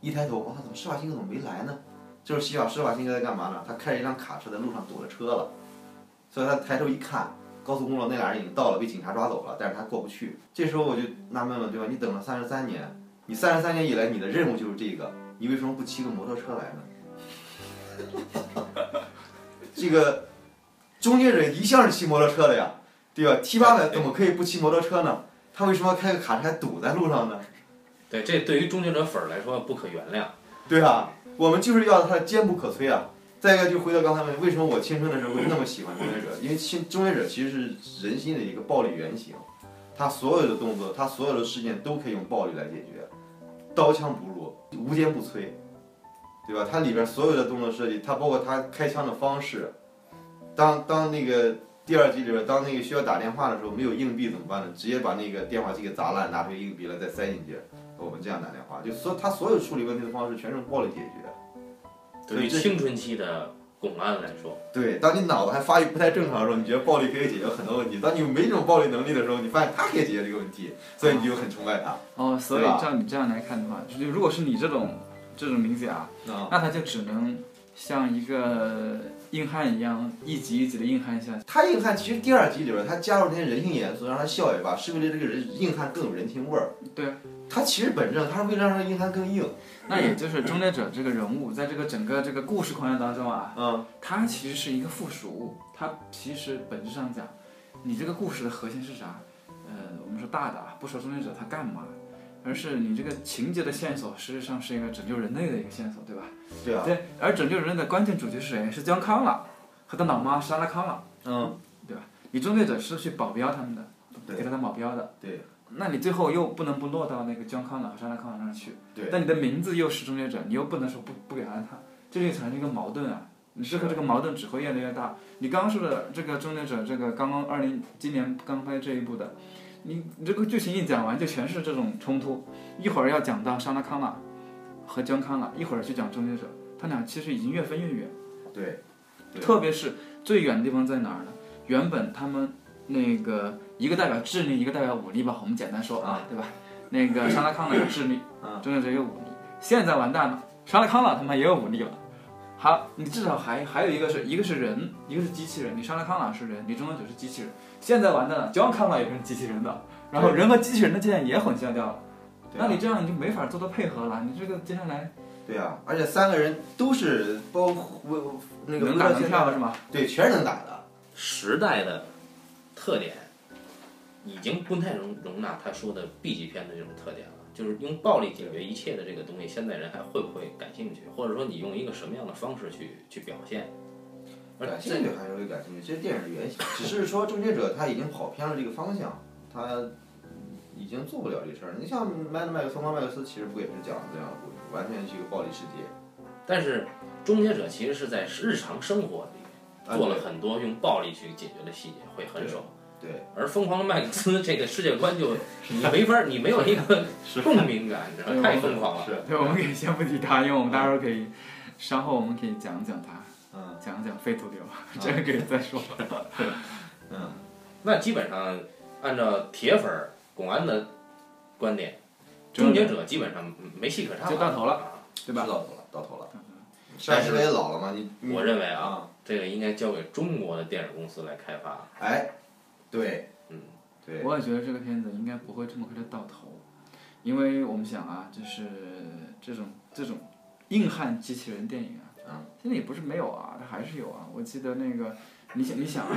一抬头，哇，怎么施瓦辛格怎么没来呢？就是希望施瓦辛格在干嘛呢？他开着一辆卡车在路上堵了车了，所以他抬头一看，高速公路那俩人已经到了，被警察抓走了，但是他过不去。这时候我就纳闷了，对吧？你等了三十三年，你三十三年以来你的任务就是这个，你为什么不骑个摩托车来呢？ 这个终结者一向是骑摩托车的呀，对吧？T 八百怎么可以不骑摩托车呢？他为什么开个卡车还堵在路上呢？对，这对于终结者粉儿来说不可原谅。对啊，我们就是要他的坚不可摧啊。再一个，就回到刚才问题，为什么我青春的时候会那么喜欢终结者？因为青终结者其实是人心的一个暴力原型，他所有的动作，他所有的事件都可以用暴力来解决，刀枪不入，无坚不摧，对吧？它里边所有的动作设计，它包括他开枪的方式，当当那个第二集里边，当那个需要打电话的时候，没有硬币怎么办呢？直接把那个电话机给砸烂，拿出硬币来再塞进去，我们这样打电话。就所他所有处理问题的方式全是用暴力解决。对于这青春期的公安来说，对，当你脑子还发育不太正常的时候，你觉得暴力可以解决很多问题；当你没这种暴力能力的时候，你发现他可以解决这个问题，所以你就很崇拜他。哦，所以对吧照你这样来看的话，就是如果是你这种这种理解啊，啊、那他就只能像一个硬汉一样，一级一级的硬汉下去。他硬汉其实第二集里边，他加入那些人性元素，让他笑也罢，是为了这个人硬汉更有人情味儿。对啊，他其实本质上他是为了让这个硬汉更硬。那也就是终结者这个人物，在这个整个这个故事框架当中啊，嗯，他其实是一个附属物。他其实本质上讲，你这个故事的核心是啥？呃，我们说大的啊，不说终结者他干嘛，而是你这个情节的线索，实际上是一个拯救人类的一个线索，对吧？对啊，对，而拯救人类的关键主角是谁？是姜康朗和他老妈莎拉康朗。嗯，你终结者是去保镖他们的，对给他当保镖的。对那你最后又不能不落到那个姜康朗和莎拉康朗那儿去，对但你的名字又是终结者，你又不能说不不给他他，这就产生一个矛盾啊。你之后这个矛盾只会越来越大。你刚刚说的这个终结者，这个刚刚二零今年刚拍这一部的，你你这个剧情一讲完就全是这种冲突，一会儿要讲到莎拉康朗和姜康朗，一会儿去讲终结者，他俩其实已经越分越远。对，对特别是最远的地方在哪儿呢？原本他们那个一个代表智力，一个代表武力吧，我们简单说啊，对吧？那个沙拉康朗有智力，嗯中间只有武力。现在完蛋了，沙拉康朗他妈也有武力了。好，你至少还还有一个是一个是人，一个是机器人。你沙拉康朗是人，你中间只是机器人。现在完蛋了，焦康朗也是机器人的，然后人和机器人的界限也混淆掉了。对那啊你这样你就没法做到配合了，你这个接下来对啊，而且三个人都是包括那个能打能跳是吗？对，全是能打的。时代的特点已经不太容容纳他说的 B 级片的这种特点了。就是用暴力解决一切的这个东西，现在人还会不会感兴趣？或者说你用一个什么样的方式去去表现？而感兴这趣还是会感兴趣，这是电影的原型，只是说终结者他已经跑偏了这个方向，他已经做不了这事儿。你像麦德麦克斯、疯狂麦克斯，其实不也是讲这样的故事，完全是一个暴力世界。但是终结者其实是在日常生活里啊做了很多用暴力去解决的细节，会很爽。对对而疯狂的麦克斯 这个世界观就你没法，你没有一个是共鸣感，你知道吗对太疯狂了。是， 对，我们可以先不提他，因为我们到时候可以，稍后我们可以讲讲他，嗯讲讲废土流，这个可以再说。嗯，那基本上按照铁粉儿巩安的观点，终终结结者者基本上没戏可唱就到头了了。对吧是？到头了，到头了。但上嗯是现在也老了嘛，你你我认为啊，啊，这个应该交给中国的电影公司来开发。哎，对，嗯，对，我也觉得这个片子应该不会这么快就到头，因为我们想啊，就是这种这种硬汉机器人电影啊，嗯现在也不是没有啊，它还是有啊。我记得那个，你想你想啊，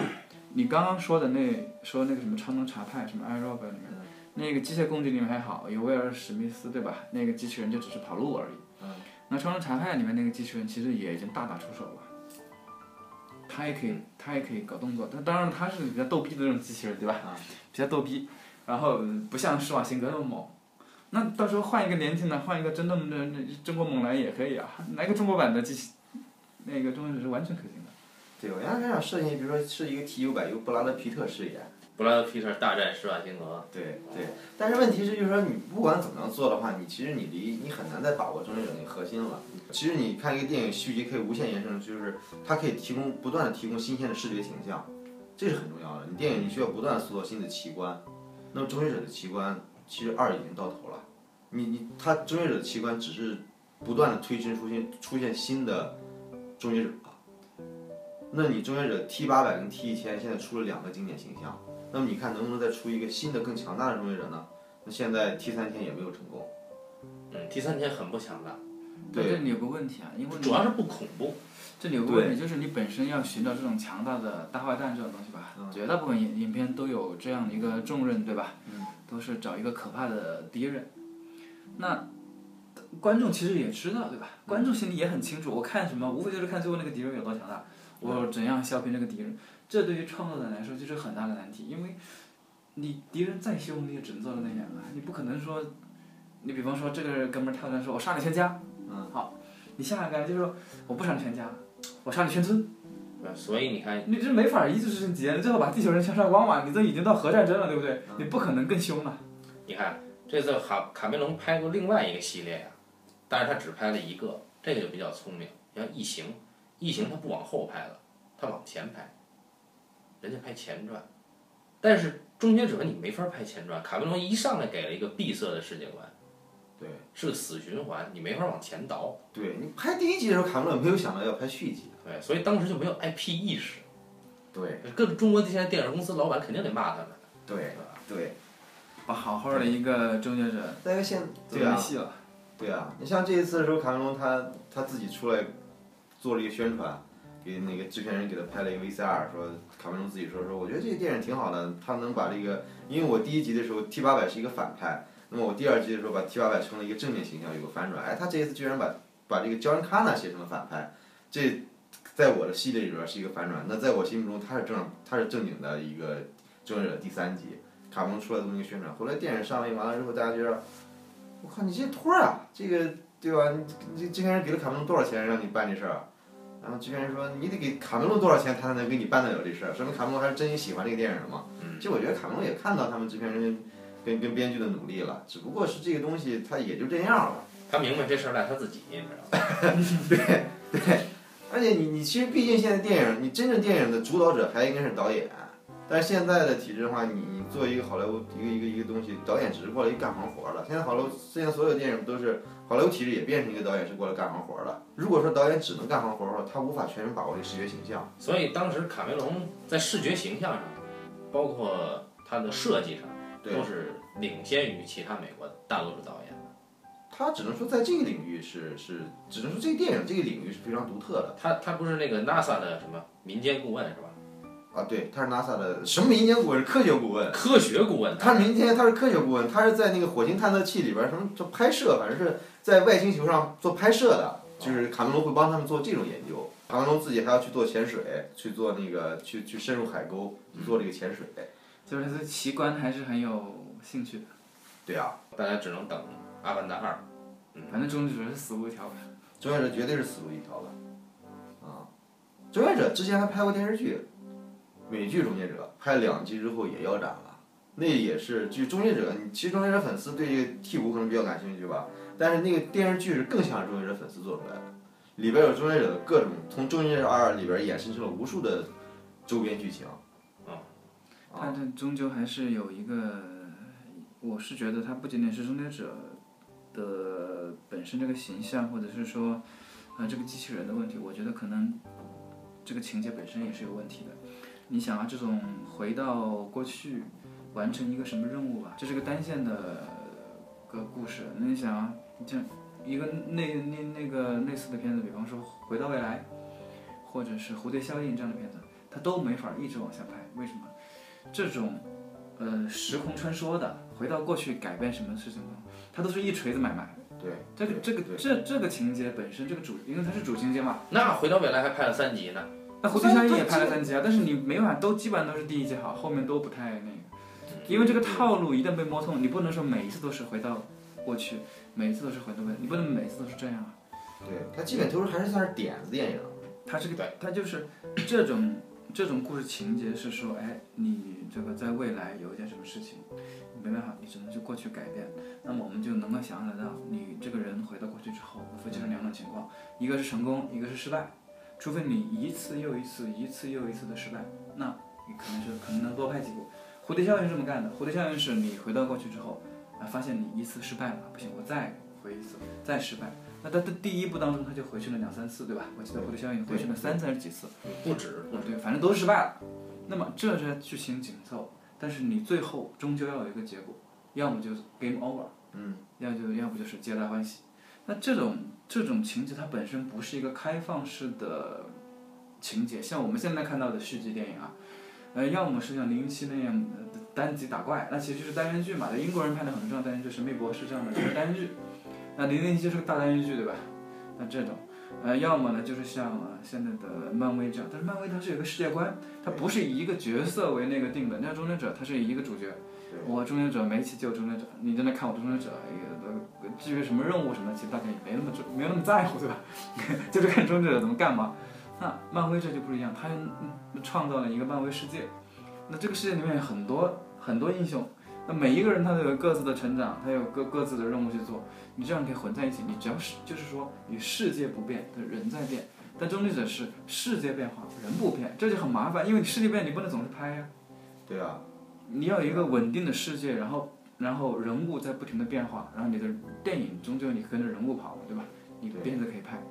你刚刚说的那说那个什么超能查派什么 i r o b 里面，嗯那个机械攻击里面还好，有威尔史密斯对吧？那个机器人就只是跑路而已。嗯那超能查派里面那个机器人其实也已经大打出手了。他也可嗯以，他也可以搞动作，但当然他是比较逗逼的那种机器人，对吧？啊比较逗逼，然后嗯不像施瓦辛格那么猛。那到时候换一个年轻的，换一个真正的那中国猛男也可以啊，来个中国版的机器，那个中国人是完全可行的。对，我原来还想设计，比如说是一个 T 九百由布拉德皮特饰演。布拉德皮特大战施瓦辛格，对对，但是问题是，就是说你不管怎么样做的话，你其实你离你很难再把握终结者那个核心了。其实你看一个电影续集可以无限延伸，就是它可以提供不断的提供新鲜的视觉形象，这是很重要的。你电影你需要不断地塑造新的奇观，那么终结者的奇观其实二已经到头了，你你它终结者的奇观只是不断的推陈出新，出现新的终结者。那你终结者 T 八百跟 T 一千现在出了两个经典形象。那么你看能不能再出一个新的更强大的终结者呢？那现在 T 三千也没有成功。嗯，第三天很不强大，但这对里有个问题啊，因为你主要是不恐怖。这里有个问题，就是你本身要寻找这种强大的大坏蛋这种东西吧，嗯绝大部分影影片都有这样的一个重任，对吧？嗯都是找一个可怕的敌人。那观众其实也知道，对吧？嗯观众心里也很清楚，我看什么，无非就是看最后那个敌人有多强大，嗯我怎样削平这个敌人。这对于创作者来说就是很大的难题，因为你敌人再凶，你也只能做到那样啊，你不可能说，你比方说这个哥们儿跳出来说，我杀你全家，嗯，你下一个就说我不杀你全家，我杀你全村，哎嗯所以你看，你这没法一次性结，最后把地球人全杀光嘛？你这已经到核战争了，对不对？你不可能更凶了。你看这次卡卡梅隆拍过另外一个系列呀、啊但是他只拍了一个，这个就比较聪明。像《异形》，《异形》他不往后拍了，他往前拍，人家拍前传，但是《终结者》你没法拍前传，卡梅隆一上来给了一个闭塞的世界观，对，是个死循环，你没法往前倒。对你拍第一集的时候，卡梅伦没有想到要拍续集。对，所以当时就没有 IP 意识，对各中国这些电影公司老板肯定得骂他们，对对吧？对，把好好的一个终结者但是现做对没啊戏了。对啊，你像这一次的时候，卡梅隆他他自己出来做了一个宣传，给那个制片人给他拍了一个 VCR，说卡梅隆自己说说，我觉得这个电影挺好的，他能把这个，因为我第一集的时候 T 八百是一个反派，那么我第二集的时候把 T 八百成了一个正面形象，有个反转，哎，他这一次居然把把这个 John Connor 写成了反派，这在我的系列里边是一个反转，那在我心目中他是正他是正经的一个终结者第三集，卡梅隆出来这么一个宣传，后来电影上映完了之后，大家觉得。我靠，你这托儿啊，这个对吧？你这制片人给了卡梅隆多少钱让你办这事儿啊？然后制片人说你得给卡梅隆多少钱，他才能给你办得了这事儿，说明卡梅隆还是真心喜欢这个电影的嘛。嗯其实我觉得卡梅隆也看到他们制片人跟跟编剧的努力了，只不过是这个东西他也就这样了。他明白这事儿赖他自己，你知道吗？而且你你其实毕竟现在电影，你真正电影的主导者还应该是导演。但是现在的体制的话，你你做一个好莱坞一个一个一个东西，导演只是过来一干行活儿的。现在好莱坞现在所有电影都是好莱坞体制也变成一个导演是过来干行活儿的。如果说导演只能干行活儿的话，他无法全然把握这个视觉形象。所以当时卡梅隆在视觉形象上，包括他的设计上，对都是领先于其他美国大多数导演的。他只能说在这个领域是是，只能说这个电影这个领域是非常独特的他他不是那个 NASA 的什么民间顾问是吧？啊。对，他是 NASA 的什么民间顾问，是科学顾问。科学顾问，他是民间，他是科学顾问，他是在那个火星探测器里边儿什么就拍摄，反正是在外星球上做拍摄的，就是卡梅隆会帮他们做这种研究。卡梅隆自己还要去做潜水，去做那个去去深入海沟去做这个潜水。就是他对奇观还是很有兴趣的，对啊，大家只能等《阿凡达二》。反正终结者是死路一条吧。志愿者绝对是死路一条的，啊，志愿者之前还拍过电视剧，美剧《终结者》拍两集之后也腰斩了，那也是就《终结者》，你其实《终结者》粉丝对这个替补可能比较感兴趣吧，但是那个电视剧是更像是《终结者》粉丝做出来的，里边有《终结者》的各种，从《终结者二》里边衍生出了无数的周边剧情，啊但这终究还是有一个，我是觉得它不仅仅是终结者的本身这个形象，或者是说，呃，这个机器人的问题，我觉得可能这个情节本身也是有问题的。你想啊，这种回到过去完成一个什么任务吧，这是个单线的个故事。那你想啊，你像一个那那那个类似的片子，比方说《回到未来》，或者是《蝴蝶效应》这样的片子，它都没法一直往下拍，为什么？这种呃时空穿梭的，回到过去改变什么事情的，它都是一锤子买卖。对，这个对这个对这这个情节本身，这个主因为它是主情节嘛，那回到未来还拍了三集呢，那蝴蝶效应也拍了三集啊，但是你每晚都基本上都是第一集好，后面都不太那个，因为这个套路一旦被摸透，你不能说每一次都是回到过去，每一次都是回到未来，你不能每次都是这样啊。对，它基本都是还是算是点子电影，它这个对它就是这种这种故事情节是说，哎，你这个在未来有一件什么事情，没办法，你只能去过去改变。那么我们就能够想象得到，你这个人回到过去之后会发生两种情况，一个是成功，一个是失败。除非你一次又一次、一次又一次的失败，那你可能是可能能多拍几部。蝴蝶效应是这么干的，蝴蝶效应是你回到过去之后，啊，发现你一次失败了，不行，我再回一次，再失败。那他的第一部当中他就回去了两三次，对吧？我记得蝴蝶效应回去了三次还是几次？不止不止。对，反正都是失败了。那么这是剧情紧凑，但是你最后终究要有一个结果，要么就是 game over，嗯，要就要不就是皆大欢喜。那这种这种情节它本身不是一个开放式的情节，像我们现在看到的续集电影啊，呃，要么是像零零七那样的单集打怪，那其实就是单元剧嘛。在英国人拍的很重要的单元剧，《神秘博士》这样的一个单元剧，那零零七就是个大单元剧，对吧？那这种。呃，要么呢就是像、呃、现在的漫威这样，但是漫威它是有个世界观，它不是以一个角色为那个定的。你像终结者，它是以一个主角，对我终结者每一期就有终结者，你在那看我终结者，也都 至于什么任务什么的，其实大家也没那么注没有那么在乎，对吧？就是看终结者怎么干嘛。那漫威这就不一样，他嗯创造了一个漫威世界。那这个世界里面有很多很多英雄，那每一个人他都有各自的成长，他有各各自的任务去做。你这样可以混在一起，你只要是就是说，你世界不变，但人在变。但终结者是世界变化，人不变，这就很麻烦，因为你世界变，你不能总是拍呀、对啊，你要有一个稳定的世界，然后然后人物在不停的变化，然后你的电影终究你跟着人物跑嘛，对吧？你对片子可以拍，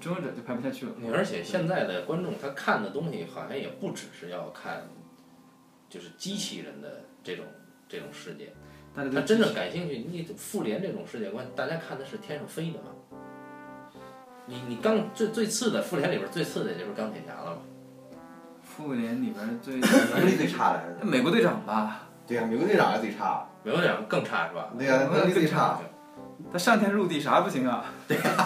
终结者就拍不下去了。你而且现在的观众他看的东西好像也不只是要看，就是机器人的这种这种世界，大家他都啊真正感兴趣，你复联这种世界观，大家看的是天上飞的嘛。你你刚最最次的复联里边最次的也就是钢铁侠了嘛，复联里边最能力最差来 着。美国队长吧，对呀、美国队长还最差。美国队长更差是吧？对呀、能力最差。他上天入地啥不行啊？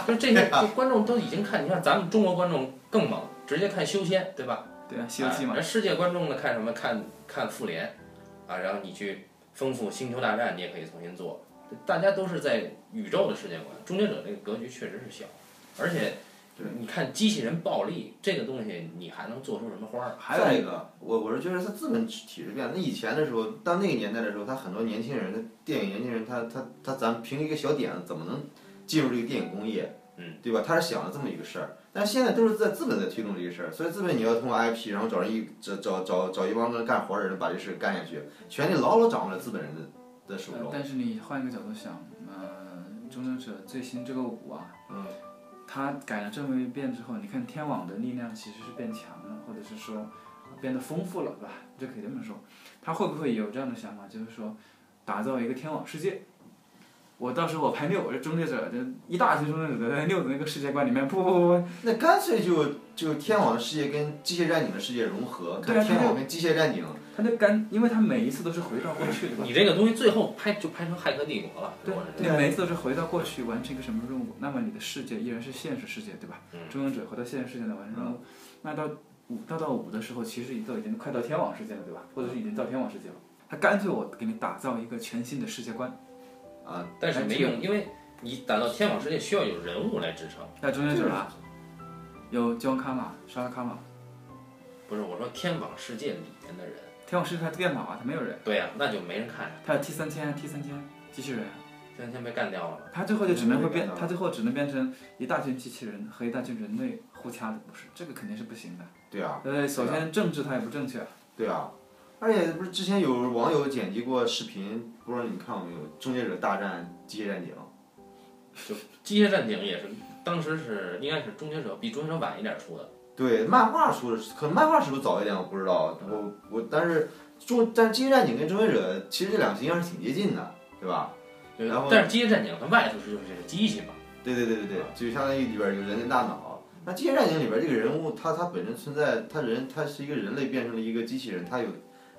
就这些就观众都已经看，你看咱们中国观众更猛，直接看修仙，对吧？对啊，《西游记》嘛哎，那世界观众呢，看什么？看看复联，啊，然后你去丰富星球大战，你也可以重新做。大家都是在宇宙的世界观，终结者这个格局确实是小，而且对你看机器人暴力这个东西，你还能做出什么花儿？还哎再有一个，我我是觉得他资本体制变了。那以前的时候，到那个年代的时候，他很多年轻人，他电影年轻人，他他他，咱凭一个小点子怎么能进入这个电影工业？嗯，对吧？他是想了这么一个事儿，但现在都是在资本在推动这个事儿，所以资本你要通过 IP，然后找人一找找找找一帮能干活的人把这事干下去，权力牢牢掌握在资本人的的手呃中。但是你换一个角度想，呃，终结者最新这个五啊，嗯，他改了这么一遍之后，你看天网的力量其实是变强了，或者是说变得丰富了吧，就可以这么说。他会不会有这样的想法，就是说打造一个天网世界？我到时候我拍六，我这终结者，这一大群终结者在六的那个世界观里面，不不不不，那干脆就就天网的世界跟机械战警的世界融合，对啊看天网跟机械战警。他就干，因为他每一次都是回到过去的嘛，你这个东西最后拍就拍成《骇客帝国》了，对我，你这对每一次都是回到过去完成一个什么任务，那么你的世界依然是现实世界，对吧？嗯终结者回到现实世界来完成嗯任务，那到五到到五的时候，其实都已经快到天网世界了，对嗯吧？或者是已经到天网世界了。他干脆我给你打造一个全新的世界观，啊，但是没哎用，因为你打到天网世界需要有人物来支撑。那终结者啊，嗯有吉翁卡玛、莎拉卡玛，不是我说天网世界里面的人，天网世界它电脑啊，它没有人，对呀、那就没人看呀，它有 T 三千、T 啊三千机器人啊，天天被干掉了。它最后就只能会变嗯，它最后只能变成一大群机器人和一大群人类互掐的故事，这个肯定是不行的。对啊，呃，首先政治它也不正确啊，对啊，而且不是之前有网友剪辑过视频，不知道你们看过没有？《终结者大战机械战警》机械战警也是当时是应该是终结者比终结者晚一点出的，对，漫画出的，可能漫画是不是早一点，我不知道。嗯我我但是中，但是机械战警跟终结者其实这两个形象是挺接近的，对吧？对然后但是机械战警它外头是就是机器嘛，对对对对对，就相当于里边有人类大脑。那机械战警里边这个人物，他他本身存在，他人他是一个人类变成了一个机器人，他有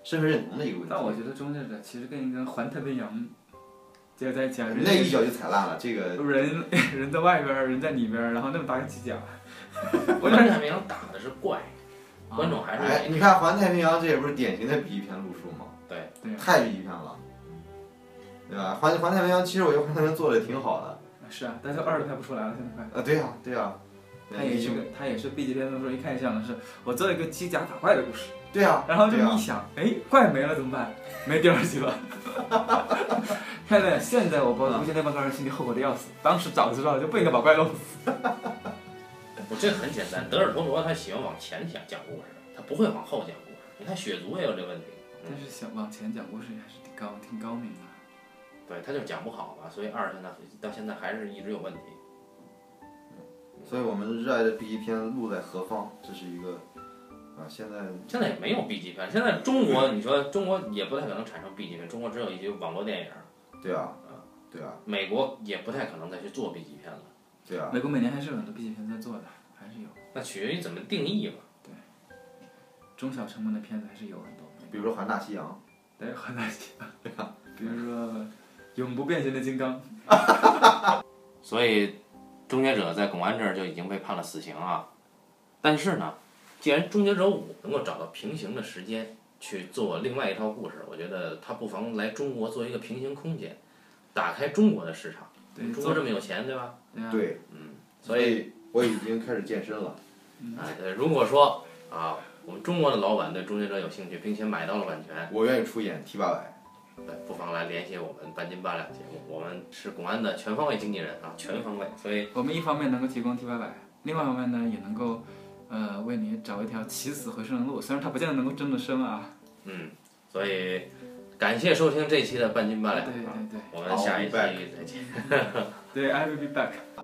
身份认同的一个问题。但我觉得终结者其实跟一个环太平洋结合在一起啊，人那一脚就踩烂了，这个人 人在外边儿，人在里边儿，然后那么大个犄角，我环觉太平洋打的是怪，得观众还是哎，你看《环太平洋》，这也不是典型的比翼篇路数吗？对对太比翼篇了，对吧？环环太平洋，其实我觉得环太平洋做的挺好的。是啊，但是二都拍不出来了，现在快。啊，对呀，对呀，对他也是个，他也是 B 级片的时候一开始想的是我做一个机甲打怪的故事，对啊呀，然后这对么一呀，想，哎，怪没了怎么办？没第二集了。 现在现在我包，嗯无限那帮高人心里后悔的要死，当时早知道就不应该把怪弄死。我这很简单。德尔托罗他喜欢往前讲讲故事，他不会往后讲故事。你看血族也有这问题，但是想往前讲故事也还是挺高挺高明的。对，他就讲不好嘛，所以二现在到现在还是一直有问题。所以我们热爱的第一篇《路在何方》，这是一个啊，现在现在也没有 B 级片，现在中国你说中国也不太可能产生 B 级片，中国只有一些网络电影，对啊，对啊，美国也不太可能再去做 B 级片了。对啊，美国每年还是有很多 B 级片在做的，还是有那取决于怎么定义嘛。中小成本的片子还是有很多。比如说《环大西洋但是很难讲，比如说永不变形的金刚，所以，终结者在巩安这儿就已经被判了死刑啊。但是呢，既然终结者五能够找到平行的时间去做另外一套故事，我觉得他不妨来中国做一个平行空间，打开中国的市场。嗯对，中国做这么有钱，对吧？对啊》，，对，嗯嗯，所所以以我已经开始健身了。嗯哎，呃如果说啊，我们中国的老板对《终结者》有兴趣，并且买到了版权，我愿意出演 T 八百，呃不妨来联系我们半斤八两节目，我们是拱安的全方位经纪人啊，全方位，所以我们一方面能够提供 T 八百，另外一方面呢也能够，呃，为你找一条起死回生的路。虽然它不见得能够真的生啊，嗯，所以感谢收听这期的半斤八对两对啊，对我们下一期 I'll 再 be 见。对，I will be back。